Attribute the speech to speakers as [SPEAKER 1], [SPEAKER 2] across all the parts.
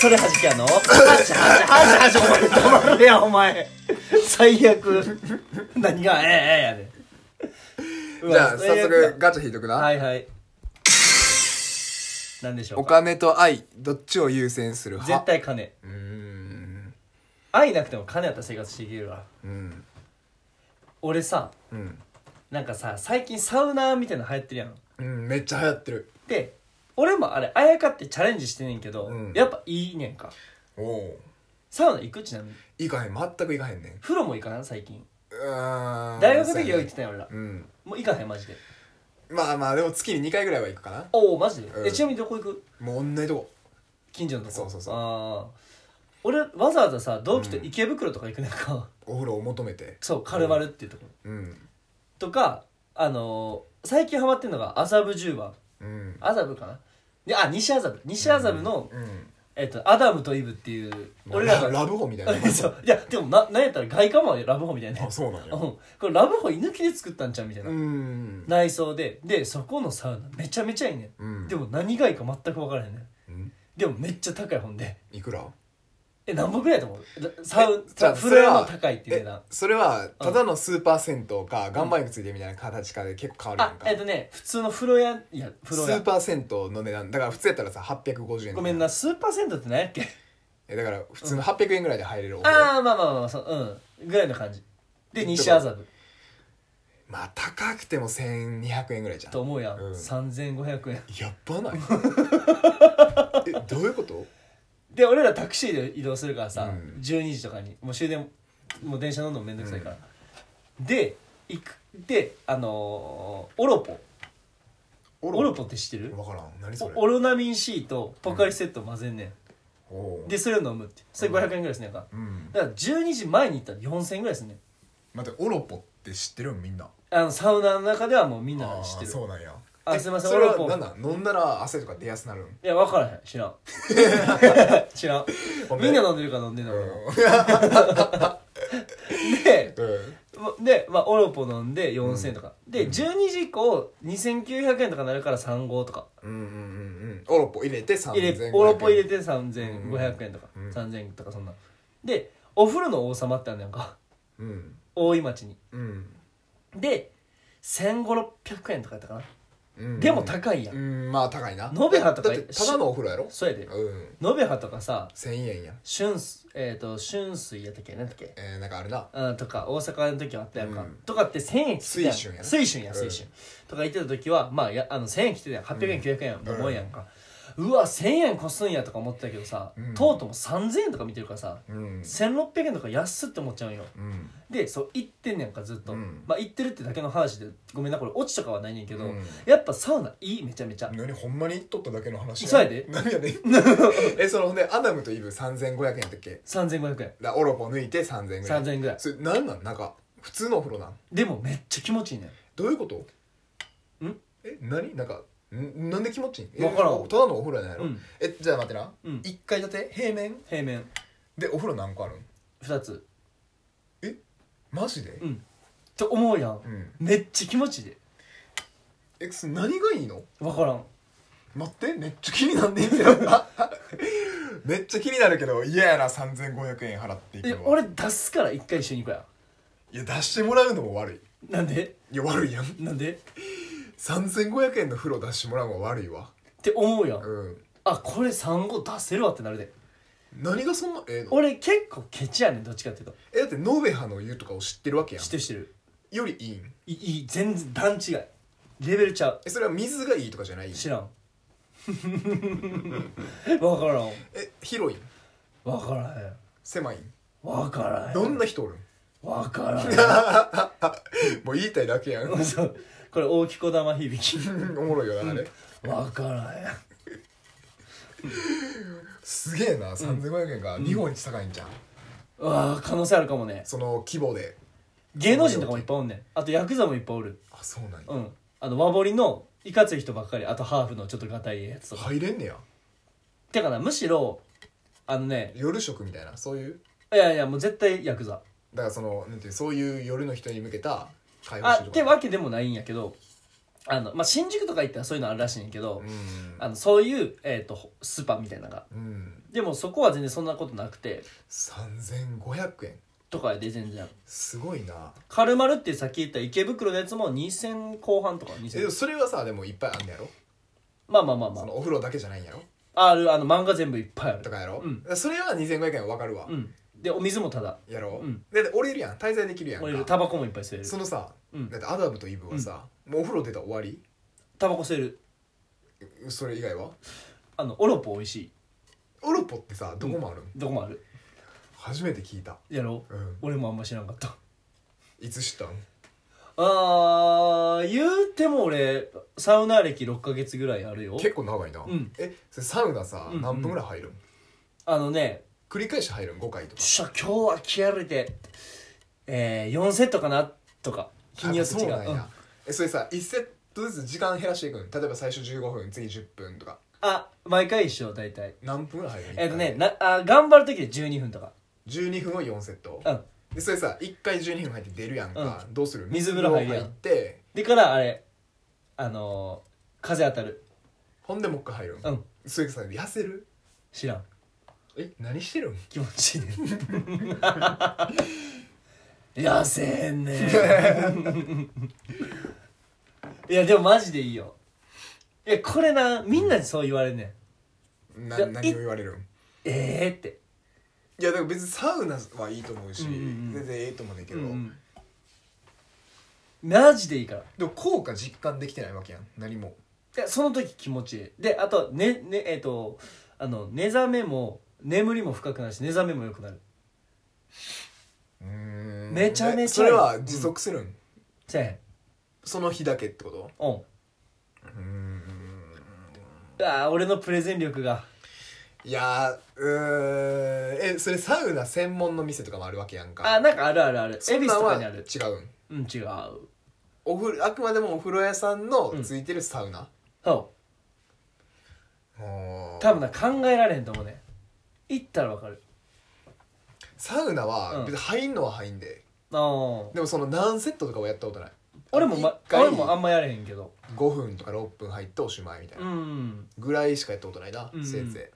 [SPEAKER 1] それはじきやのはしはしはしはしお前黙るやんお前最悪何がええええやで
[SPEAKER 2] じゃ
[SPEAKER 1] う
[SPEAKER 2] あ、
[SPEAKER 1] わ
[SPEAKER 2] 早
[SPEAKER 1] 最悪
[SPEAKER 2] 速、ガチャ引いとく
[SPEAKER 1] だ
[SPEAKER 2] な
[SPEAKER 1] は。いはい何でしょ
[SPEAKER 2] お
[SPEAKER 1] うか
[SPEAKER 2] 金と愛、どっちを優先する
[SPEAKER 1] 絶
[SPEAKER 2] 派
[SPEAKER 1] 対金
[SPEAKER 2] うーん。
[SPEAKER 1] 愛なくても金あったら生活していけるわ
[SPEAKER 2] うん。
[SPEAKER 1] 俺さ
[SPEAKER 2] うん。
[SPEAKER 1] なんかさ最近サウナーみたいなの流行ってるやん
[SPEAKER 2] うん、めっちゃ流行ってる。
[SPEAKER 1] で俺もあれあやかってチャレンジしてんねんけど、
[SPEAKER 2] うん
[SPEAKER 1] やっぱいいねんか
[SPEAKER 2] おお。
[SPEAKER 1] サウナ行くちなみに
[SPEAKER 2] いかへん、全くいかへんねん。
[SPEAKER 1] 風呂も行かん最近
[SPEAKER 2] うーん。
[SPEAKER 1] 大学の時
[SPEAKER 2] そ
[SPEAKER 1] は行
[SPEAKER 2] うや
[SPEAKER 1] っ
[SPEAKER 2] ね
[SPEAKER 1] てたよ俺ら
[SPEAKER 2] うん。
[SPEAKER 1] もう行かへんマジで
[SPEAKER 2] まあまあ、でも月に2回ぐらいは行くかな。
[SPEAKER 1] おおマジで、
[SPEAKER 2] うん
[SPEAKER 1] えちなみにどこ行く
[SPEAKER 2] もう同じとこ。
[SPEAKER 1] 近所のとこ
[SPEAKER 2] そうそうそう
[SPEAKER 1] ああ俺わざわざさ同期と池袋とか行くねんか、
[SPEAKER 2] お風呂を求めて。
[SPEAKER 1] そうカルバルっていうとこ、
[SPEAKER 2] うん。
[SPEAKER 1] とかあのー最近ハマってるのが麻布十番
[SPEAKER 2] うん。
[SPEAKER 1] 麻布かなであ西麻布西麻布の、
[SPEAKER 2] うん。
[SPEAKER 1] えっとアダムとイブっていう俺ら
[SPEAKER 2] ラ
[SPEAKER 1] が。
[SPEAKER 2] ラブホみたいな
[SPEAKER 1] そういやでもななんやったら外観もラブホみたいな
[SPEAKER 2] あ、そうなん
[SPEAKER 1] う
[SPEAKER 2] や
[SPEAKER 1] ん、。これラブホ居抜きで作ったん ちゃうみたいな、
[SPEAKER 2] うん。
[SPEAKER 1] 内装ででそこのサウナめちゃめちゃいいね、
[SPEAKER 2] うん
[SPEAKER 1] ん、でも何がいいか全く分からへんねん
[SPEAKER 2] うん
[SPEAKER 1] でもめっちゃ高い本で
[SPEAKER 2] いくら
[SPEAKER 1] え何本ぐらいだと思うサウ
[SPEAKER 2] じゃ
[SPEAKER 1] ナ
[SPEAKER 2] あ
[SPEAKER 1] フレアの高いっていう値段
[SPEAKER 2] えそれはただのスーパー銭湯か岩盤浴ついてるみたいな形かで結構変わる
[SPEAKER 1] あ
[SPEAKER 2] やんか
[SPEAKER 1] えっとね普通の風呂屋いや
[SPEAKER 2] ス
[SPEAKER 1] 風呂
[SPEAKER 2] ー
[SPEAKER 1] 屋
[SPEAKER 2] パー銭湯の値段だから普通やったらさ850円
[SPEAKER 1] ごめんなスーパーセントって何やっけ
[SPEAKER 2] えだから普通の800円ぐらいで入れるお風呂
[SPEAKER 1] ああまあまあまあそううんぐらいの感じで西麻布
[SPEAKER 2] まあ高くても1200円ぐらいじゃん
[SPEAKER 1] と思うやん、
[SPEAKER 2] うん
[SPEAKER 1] 3500円
[SPEAKER 2] やっば ないえどういうこと
[SPEAKER 1] で俺らタクシーで移動するからさ、
[SPEAKER 2] うん
[SPEAKER 1] 12時とかにもう終電もう電車乗るのもめんどくさいから、で行くであのーオロポ
[SPEAKER 2] オ
[SPEAKER 1] オロポって知ってる
[SPEAKER 2] 分からん何それ
[SPEAKER 1] おオロナミン C とポカリセット混ぜんね
[SPEAKER 2] お
[SPEAKER 1] ん
[SPEAKER 2] う
[SPEAKER 1] でそれを飲むってそれ500円ぐらいですねんか
[SPEAKER 2] うん
[SPEAKER 1] だから12時前に行ったら4000円ぐらいですね
[SPEAKER 2] 待ってオロポって知ってるみんな
[SPEAKER 1] あのサウナの中ではもうみんなが知って
[SPEAKER 2] あー
[SPEAKER 1] る
[SPEAKER 2] そうなんや
[SPEAKER 1] あ
[SPEAKER 2] え
[SPEAKER 1] すいません
[SPEAKER 2] それ
[SPEAKER 1] オロポ
[SPEAKER 2] はなんなん飲んだら汗とか出やすなるん
[SPEAKER 1] いや分からへん知ら ん知らん
[SPEAKER 2] ご
[SPEAKER 1] み
[SPEAKER 2] め
[SPEAKER 1] んな飲んでるか飲んでんのか
[SPEAKER 2] う
[SPEAKER 1] なんいで
[SPEAKER 2] うん
[SPEAKER 1] で、まあ、オロポ飲んで4000円とか、で12時以降2900円とかなるから3号とか
[SPEAKER 2] うんうんうんうんオロポ入れて3500
[SPEAKER 1] 入
[SPEAKER 2] 円
[SPEAKER 1] れオロポ入れて3500円とか、
[SPEAKER 2] うん
[SPEAKER 1] 3000円とかそんなでお風呂の王様ってあんねんか
[SPEAKER 2] うん
[SPEAKER 1] 大井町に
[SPEAKER 2] うん
[SPEAKER 1] で1500600円とかやったかな、
[SPEAKER 2] うん
[SPEAKER 1] でも高いやん、
[SPEAKER 2] うんまあ高いな
[SPEAKER 1] 延べ葉とか
[SPEAKER 2] だってただのお風呂やろ
[SPEAKER 1] そうやで
[SPEAKER 2] うん
[SPEAKER 1] 延べ葉とかさ
[SPEAKER 2] 1000円や
[SPEAKER 1] 春水えっ、と春水やったっけなんだっけ
[SPEAKER 2] えー、なんかあるな
[SPEAKER 1] うん、とか大阪の時はあったやんか、
[SPEAKER 2] うん
[SPEAKER 1] とかって1000円切ってたやん
[SPEAKER 2] 水春やな
[SPEAKER 1] 水春や水春、とか言ってた時はまあやあの1000円切ってたやん800円、900円のもんやんか、うわ1000円越すんやとか思ってたけどさ、
[SPEAKER 2] うん
[SPEAKER 1] とうとうも3000円とか見てるからさ
[SPEAKER 2] うん
[SPEAKER 1] 1600円とか安って思っちゃうんよ
[SPEAKER 2] うん
[SPEAKER 1] でそう行ってんねんかずっと、
[SPEAKER 2] うん
[SPEAKER 1] まあ行ってるってだけの話でごめんなこれオチとかはないねんけど、
[SPEAKER 2] うん
[SPEAKER 1] やっぱサウナいいめちゃめちゃ、
[SPEAKER 2] 何ほんまに言っとっただけの話
[SPEAKER 1] そうやで
[SPEAKER 2] 何やねん えそのほんでアダムとイブ3500円だっけ
[SPEAKER 1] 3500円
[SPEAKER 2] だオロポ抜いて3000円ぐらい
[SPEAKER 1] 3000円ぐらい
[SPEAKER 2] それなんなんなんか普通のお風呂なん
[SPEAKER 1] でもめっちゃ気持ちいいねん
[SPEAKER 2] どういうこと
[SPEAKER 1] ん
[SPEAKER 2] え何なんかんなんで気持ちいいえ
[SPEAKER 1] わからん
[SPEAKER 2] ただのお風呂やないやろ、
[SPEAKER 1] うん
[SPEAKER 2] えじゃあ待ってな、
[SPEAKER 1] うん
[SPEAKER 2] 一階建て平面
[SPEAKER 1] 平面
[SPEAKER 2] でお風呂何個あるん
[SPEAKER 1] 2つ
[SPEAKER 2] えマジで、
[SPEAKER 1] うんと思うやん、
[SPEAKER 2] うん
[SPEAKER 1] めっちゃ気持ちいいで
[SPEAKER 2] えそれ何がいいの
[SPEAKER 1] 分からん
[SPEAKER 2] 待ってめっちゃ気になんねんけど めっちゃ気になるけど嫌やな3500円払っていく
[SPEAKER 1] え
[SPEAKER 2] のは
[SPEAKER 1] 俺出すから一回一緒に行こうや
[SPEAKER 2] いや出してもらうのも悪い
[SPEAKER 1] なんで
[SPEAKER 2] いや悪いやん
[SPEAKER 1] なんでっ
[SPEAKER 2] 3500円の風呂出してもらうのは悪いわ
[SPEAKER 1] て思うやん、
[SPEAKER 2] うん
[SPEAKER 1] あこれ3号出せるわってなるで
[SPEAKER 2] 何がそんなええの
[SPEAKER 1] 俺結構ケチやねんどっちかっていうと
[SPEAKER 2] えだってノベハの湯とかを知ってるわけや
[SPEAKER 1] 知
[SPEAKER 2] ん
[SPEAKER 1] ってる知ってる
[SPEAKER 2] よりいいん
[SPEAKER 1] いいい全然段違いレベルちゃう
[SPEAKER 2] えそれは水がいいとかじゃない
[SPEAKER 1] 知 らん分からん
[SPEAKER 2] え広いん
[SPEAKER 1] 分からへん
[SPEAKER 2] 狭いん
[SPEAKER 1] 分からへん
[SPEAKER 2] どんな人おるん
[SPEAKER 1] 分からへ
[SPEAKER 2] もう言いたいだけやん
[SPEAKER 1] んそうこれ大木こだま響き
[SPEAKER 2] おもろいよなあれ
[SPEAKER 1] 分からへん
[SPEAKER 2] すげえな3500円が日本一高いんじゃん
[SPEAKER 1] うわあ可能性あるかもね
[SPEAKER 2] その規模で
[SPEAKER 1] 芸能人とかもいっぱいおんねんあとヤクザもいっぱいおる
[SPEAKER 2] あそうなんや
[SPEAKER 1] うんあの和彫りのいかつい人ばっかりあとハーフのちょっとがたいやつとか
[SPEAKER 2] 入れんねや
[SPEAKER 1] てかなむしろあのね
[SPEAKER 2] 夜食みたいなそういう
[SPEAKER 1] いやいやもう絶対ヤクザ
[SPEAKER 2] だからそのなんていうそういう夜の人に向けた会話
[SPEAKER 1] あ
[SPEAKER 2] して
[SPEAKER 1] っ
[SPEAKER 2] る
[SPEAKER 1] てわけでもないんやけどあの、まあ、新宿とか行ったらそういうのあるらしいねんけど、
[SPEAKER 2] うん
[SPEAKER 1] あのそういう、えー、とスーパーみたいなのが
[SPEAKER 2] うん
[SPEAKER 1] でもそこは全然そんなことなくて
[SPEAKER 2] 3500円
[SPEAKER 1] とかで全然
[SPEAKER 2] すごいな
[SPEAKER 1] カルマルってさっき言った池袋のやつも2000後半とか
[SPEAKER 2] えでも
[SPEAKER 1] 2000
[SPEAKER 2] それはさでもいっぱいあんねやろ
[SPEAKER 1] まあまあまあま
[SPEAKER 2] そ
[SPEAKER 1] あ
[SPEAKER 2] のお風呂だけじゃないんやろ
[SPEAKER 1] あるあの漫画全部いっぱいあ
[SPEAKER 2] と
[SPEAKER 1] る
[SPEAKER 2] かやろ、
[SPEAKER 1] うん
[SPEAKER 2] それは2500円わかるわ、
[SPEAKER 1] うんでお水もただ
[SPEAKER 2] やろ、
[SPEAKER 1] うん
[SPEAKER 2] だって折れるやん滞在できるやんか
[SPEAKER 1] 俺タバコもいっぱい吸える
[SPEAKER 2] そのさ、
[SPEAKER 1] うん
[SPEAKER 2] だってアダムとイブはさ、もうお風呂出たら終わり
[SPEAKER 1] タバコ吸える
[SPEAKER 2] うそれ以外は
[SPEAKER 1] あのオロポ美味しい
[SPEAKER 2] オロポってさどこもある、ん、
[SPEAKER 1] どこもある
[SPEAKER 2] 初めて聞いた
[SPEAKER 1] やろう、
[SPEAKER 2] うん
[SPEAKER 1] 俺もあんま知らんかった
[SPEAKER 2] いつ知ったん
[SPEAKER 1] あー言うても俺サウナ歴6ヶ月ぐらいあるよ
[SPEAKER 2] 結構長いな、
[SPEAKER 1] うん
[SPEAKER 2] えそれサウナさ、
[SPEAKER 1] うんうん
[SPEAKER 2] 何分ぐらい入るん
[SPEAKER 1] あのね
[SPEAKER 2] 繰り返し入るん5回と
[SPEAKER 1] よ
[SPEAKER 2] か
[SPEAKER 1] っしゃ今日は気合入れて、えー、4セットかなとか日によって違う
[SPEAKER 2] あそうなん
[SPEAKER 1] うん
[SPEAKER 2] や、えそれさ1セットずつ時間減らしていくん例えば最初15分次10分とか
[SPEAKER 1] あ毎回一緒大体
[SPEAKER 2] 何分ぐらい入るん
[SPEAKER 1] えっ、とねなあ頑張る時で12分とか
[SPEAKER 2] 12分を4セット
[SPEAKER 1] うん
[SPEAKER 2] でそれさ1回12分入って出るやんか、どうする
[SPEAKER 1] 水風呂入るやん
[SPEAKER 2] 水風呂入って
[SPEAKER 1] でからあれあのー、風当たる
[SPEAKER 2] ほんでもう一回入るん、
[SPEAKER 1] うん
[SPEAKER 2] それさ痩せる
[SPEAKER 1] 知らん
[SPEAKER 2] え何してるん
[SPEAKER 1] 気持ちい いね痩せへんね いやでもマジでいいよいやこれなみんなにそう言われんねん、
[SPEAKER 2] ない
[SPEAKER 1] や
[SPEAKER 2] 何を言われるん
[SPEAKER 1] ええー、って
[SPEAKER 2] いやだから別にサウナはいいと思うし、
[SPEAKER 1] うんうんうん
[SPEAKER 2] 全然ええと思うねんだけど、
[SPEAKER 1] うんマジでいいからい
[SPEAKER 2] でも効果実感できてないわけやん何も
[SPEAKER 1] やその時気持ちいいであとねねえっ、とあの寝覚めも眠りも深くなるし寝覚めも良くなる
[SPEAKER 2] うん
[SPEAKER 1] めちゃめちゃいい
[SPEAKER 2] えそれは持続するん、
[SPEAKER 1] せえへん
[SPEAKER 2] その日だけってこと
[SPEAKER 1] うんああ俺のプレゼン力が
[SPEAKER 2] いやーうーんえそれサウナ専門の店とかもあるわけやんか
[SPEAKER 1] あなんかあるあるある
[SPEAKER 2] そ
[SPEAKER 1] 恵
[SPEAKER 2] ん
[SPEAKER 1] 比寿
[SPEAKER 2] なん
[SPEAKER 1] と
[SPEAKER 2] は
[SPEAKER 1] かにある
[SPEAKER 2] 違うん
[SPEAKER 1] うん違う
[SPEAKER 2] おふあくまでもお風呂屋さんのついてるサウナ、
[SPEAKER 1] そ
[SPEAKER 2] おー
[SPEAKER 1] う多分な考えられへんと思うね行ったらわかる
[SPEAKER 2] サウナ
[SPEAKER 1] う
[SPEAKER 2] は
[SPEAKER 1] ん
[SPEAKER 2] 別に入んのは入んで、
[SPEAKER 1] ああ
[SPEAKER 2] でもその何セットとかはやったことない
[SPEAKER 1] 俺も、ま
[SPEAKER 2] 一、回
[SPEAKER 1] 俺もあんまやれへんけど
[SPEAKER 2] 5分とか6分入っておしまいみたいうなんぐらいしかやったことないな、
[SPEAKER 1] うんうん
[SPEAKER 2] せいぜ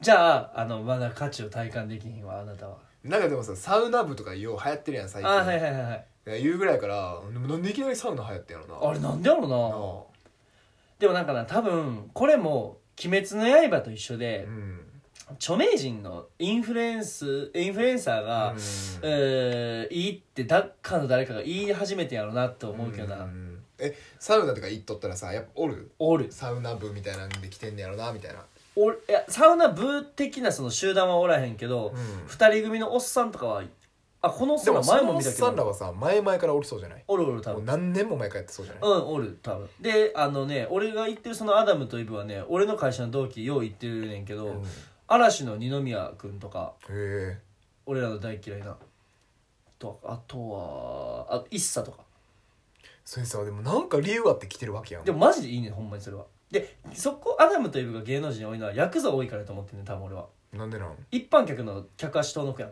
[SPEAKER 1] じゃああのまだ価値を体感できひんわあなたはい
[SPEAKER 2] なんかでもさサウナ部とかよう流行ってるやん最近
[SPEAKER 1] あはいはいはいはい
[SPEAKER 2] いや言うぐらいからでもなんでいきなりサウナ流行ってんやろな
[SPEAKER 1] あれなんでやろう
[SPEAKER 2] な
[SPEAKER 1] な
[SPEAKER 2] あ
[SPEAKER 1] でもなんかな多分これも「鬼滅の刃」と一緒で
[SPEAKER 2] うん
[SPEAKER 1] 著名人のインフルエンスインフルエンサーが、
[SPEAKER 2] うん
[SPEAKER 1] えーいいってだっかの誰かが言い始めてんやろなと思うけどな、
[SPEAKER 2] んえサウナとか行っとったらさやっぱおる
[SPEAKER 1] おる
[SPEAKER 2] サウナ部みたいなんで来てんねやろなみたいな
[SPEAKER 1] おるいやサウナ部的なその集団はおらへんけど、
[SPEAKER 2] うん
[SPEAKER 1] 二人組のおっさんとかはあこのおっ
[SPEAKER 2] で
[SPEAKER 1] さん
[SPEAKER 2] も
[SPEAKER 1] は
[SPEAKER 2] 前
[SPEAKER 1] 前も
[SPEAKER 2] も見
[SPEAKER 1] 見
[SPEAKER 2] た
[SPEAKER 1] た
[SPEAKER 2] け
[SPEAKER 1] けど
[SPEAKER 2] どさんらはさ前々からおりそうじゃない
[SPEAKER 1] おるおる多
[SPEAKER 2] もう
[SPEAKER 1] 分
[SPEAKER 2] 何年も前からやってそうじゃない
[SPEAKER 1] うんおる多分であのね俺が行ってるそのアダムとイブはね俺の会社の同期よう行ってるねんけど、
[SPEAKER 2] うんへ
[SPEAKER 1] 嵐の二宮君とか
[SPEAKER 2] え
[SPEAKER 1] 俺らの大嫌いなとあとはあ一茶とか
[SPEAKER 2] それさでもなんか理由あって来てるわけやん
[SPEAKER 1] でもマジでいいねんほんまにそれはでそこアダムとイブが芸能人多いのはヤクザ多いからやと思ってんねん多分俺は
[SPEAKER 2] なんでなん
[SPEAKER 1] 一般客の客足遠のくやん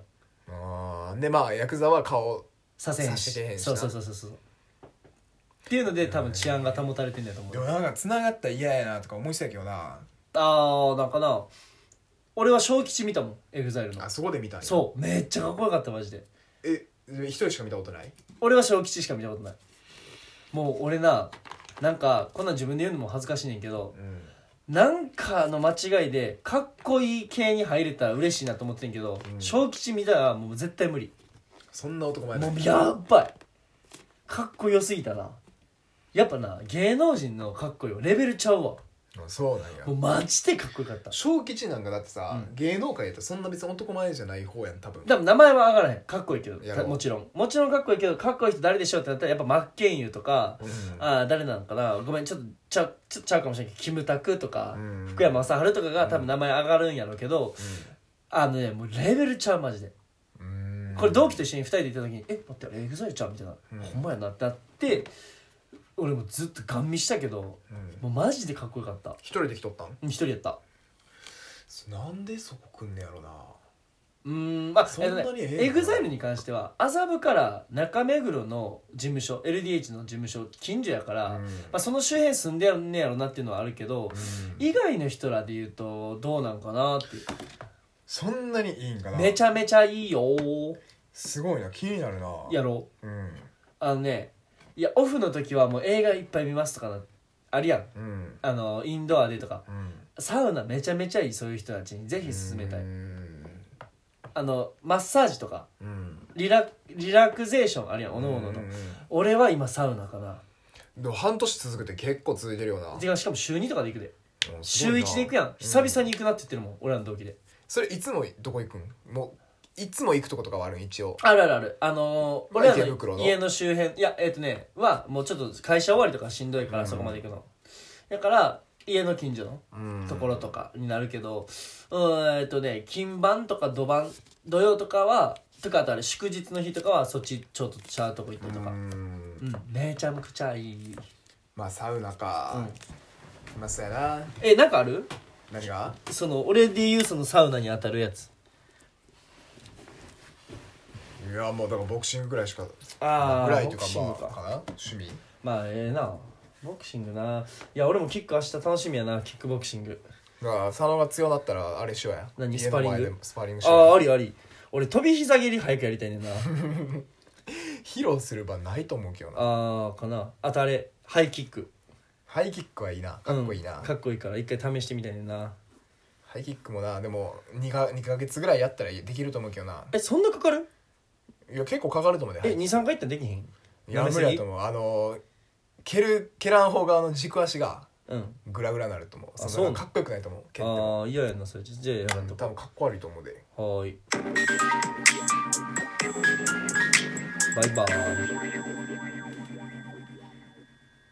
[SPEAKER 2] あーでまあヤクザは顔
[SPEAKER 1] させへん
[SPEAKER 2] さ
[SPEAKER 1] し
[SPEAKER 2] せへんしな
[SPEAKER 1] そうそうそうそうそうっていうので多分治安が保たれてんだと思う
[SPEAKER 2] でもなんか繋がったら嫌やなとか思いそうやけどな
[SPEAKER 1] ああなんかな俺は小吉見たもんエグザイルの
[SPEAKER 2] あそこで見たんや
[SPEAKER 1] そうめっちゃかっこよかったマジで
[SPEAKER 2] え一人しか見たことない
[SPEAKER 1] 俺は小吉しか見たことないもう俺ななんかこんなん自分で言うのも恥ずかしいねんけど
[SPEAKER 2] うん
[SPEAKER 1] なんかの間違いでかっこいい系に入れたら嬉しいなと思ってんけど、
[SPEAKER 2] うん
[SPEAKER 1] 小吉見たらもう絶対無理
[SPEAKER 2] そんな男前だ
[SPEAKER 1] もうやっばいかっこよすぎたなやっぱな芸能人のかっこよレベルちゃうわ
[SPEAKER 2] あそうなんや
[SPEAKER 1] もうマジでかっこよかった
[SPEAKER 2] 小吉なんかだってさ、
[SPEAKER 1] う
[SPEAKER 2] 芸能界やったらそんな別に男前じゃない方やん多分
[SPEAKER 1] 多分名前は上がらへんかっこいいけど
[SPEAKER 2] やろ
[SPEAKER 1] たもちろんもちろんかっこいいけどかっこいい人誰でしょうってなったらやっぱマッケンユーとか、
[SPEAKER 2] うん
[SPEAKER 1] ああ誰なのかなごめんちょっとちゃうちょっとちゃうかもしれんけどキムタクとか、
[SPEAKER 2] うん
[SPEAKER 1] 福山雅治とかが多分名前上がるんやろうけど、あのねもうレベルちゃうマジで
[SPEAKER 2] うん
[SPEAKER 1] これ同期と一緒に2人で行った時に「え待ってエグザイルちゃん」みたいな「
[SPEAKER 2] うん
[SPEAKER 1] ほんまやな」ってなって俺もずっとガン見したけど
[SPEAKER 2] うん
[SPEAKER 1] もうマジでかっこよかった
[SPEAKER 2] 一人で来とったん
[SPEAKER 1] 一人やった
[SPEAKER 2] なんでそこ来んねやろな
[SPEAKER 1] うーんまあ
[SPEAKER 3] そんなにええの
[SPEAKER 1] エグザイルに関しては麻布から中目黒の事務所 LDH の事務所近所やから、
[SPEAKER 2] うん
[SPEAKER 1] まあ、その周辺住んでやんねやろなっていうのはあるけど、以外の人らで言うとどうなんかなっていう
[SPEAKER 2] そんなにいいんかな
[SPEAKER 1] めちゃめちゃいいよー
[SPEAKER 2] すごいな気になるな
[SPEAKER 1] やろう
[SPEAKER 2] うん
[SPEAKER 1] あのねいやオフの時はもう映画いっぱい見ますとかなあるやん
[SPEAKER 2] うん
[SPEAKER 1] あのインドアでとか
[SPEAKER 2] うん
[SPEAKER 1] サウナめちゃめちゃいいそういう人たちにぜひ勧めたい
[SPEAKER 2] うん
[SPEAKER 1] あのマッサージとか
[SPEAKER 2] うん
[SPEAKER 1] リラリラクゼーションあるやんおのおのの
[SPEAKER 2] うん
[SPEAKER 1] 俺は今サウナかな
[SPEAKER 2] でも半年続くって結構続いてるよな
[SPEAKER 1] てかしかも週2とかで行くで
[SPEAKER 2] うんす
[SPEAKER 1] 週
[SPEAKER 2] ごいな
[SPEAKER 1] 1で行くやん久々に行くなって言ってるもん俺らの同期で
[SPEAKER 2] それいつもどこ行くんもういつも行くとことかはあるん一応
[SPEAKER 1] あるあるあるあのー
[SPEAKER 2] まあ
[SPEAKER 1] 俺ら
[SPEAKER 2] 池袋
[SPEAKER 1] の
[SPEAKER 2] の
[SPEAKER 1] 家の周辺いやえっ、とねはもうちょっと会社終わりとかしんどいからそこまで行くのだから家の近所の
[SPEAKER 2] うん
[SPEAKER 1] ところとかになるけどうーんえっとね金盤とか土盤土曜とかはとかあとあれ祝日の日とかはそっちちょっとちゃうとこ行ったりと
[SPEAKER 2] う
[SPEAKER 1] か
[SPEAKER 2] ん
[SPEAKER 1] うんめちゃくちゃいい
[SPEAKER 2] まあサウナかまあそうやな
[SPEAKER 1] えなんかある
[SPEAKER 2] 何が
[SPEAKER 1] その俺で言うそのサウナに当たるやつ
[SPEAKER 2] いやもうだからボクシングぐらいしか
[SPEAKER 1] あ
[SPEAKER 2] ぐらいとか
[SPEAKER 1] ボクシン
[SPEAKER 2] ま
[SPEAKER 1] グ
[SPEAKER 2] あかな趣味
[SPEAKER 1] まあええなボクシングないや俺もキック明日楽しみやなキックボクシング
[SPEAKER 2] だから佐野が強なったらあれしようや
[SPEAKER 1] 何
[SPEAKER 2] 家
[SPEAKER 1] ス
[SPEAKER 2] の前
[SPEAKER 1] パリング
[SPEAKER 2] でスパリングし
[SPEAKER 1] あ
[SPEAKER 2] よ
[SPEAKER 1] あ
[SPEAKER 2] う
[SPEAKER 1] ありあり俺飛び膝蹴り早くやりたいねんな
[SPEAKER 2] 披露する場ないと思うけどな
[SPEAKER 1] ああかなあとあれハイキック
[SPEAKER 2] ハイキックはいいなかっこいいな、
[SPEAKER 1] うんかっこいいから一回試してみたいねんな
[SPEAKER 2] ハイキックもなでも 2, か2ヶ月ぐらいやったらできると思うけどな
[SPEAKER 1] えそんなかかる
[SPEAKER 2] いや結構かかると思うね
[SPEAKER 1] え
[SPEAKER 2] ハイキッ
[SPEAKER 1] 二23回いったらできへん
[SPEAKER 2] クいや無理だと思うあの蹴る蹴らん方側の軸足が
[SPEAKER 1] うん
[SPEAKER 2] グラグラなると思う
[SPEAKER 1] あ
[SPEAKER 2] そ
[SPEAKER 1] そう
[SPEAKER 2] のかっこよくないと思う蹴っても
[SPEAKER 1] ああ嫌やなそれじゃあやらん
[SPEAKER 2] 多
[SPEAKER 1] と
[SPEAKER 2] 分かっこ悪いと思うで
[SPEAKER 1] はーいバイバーイ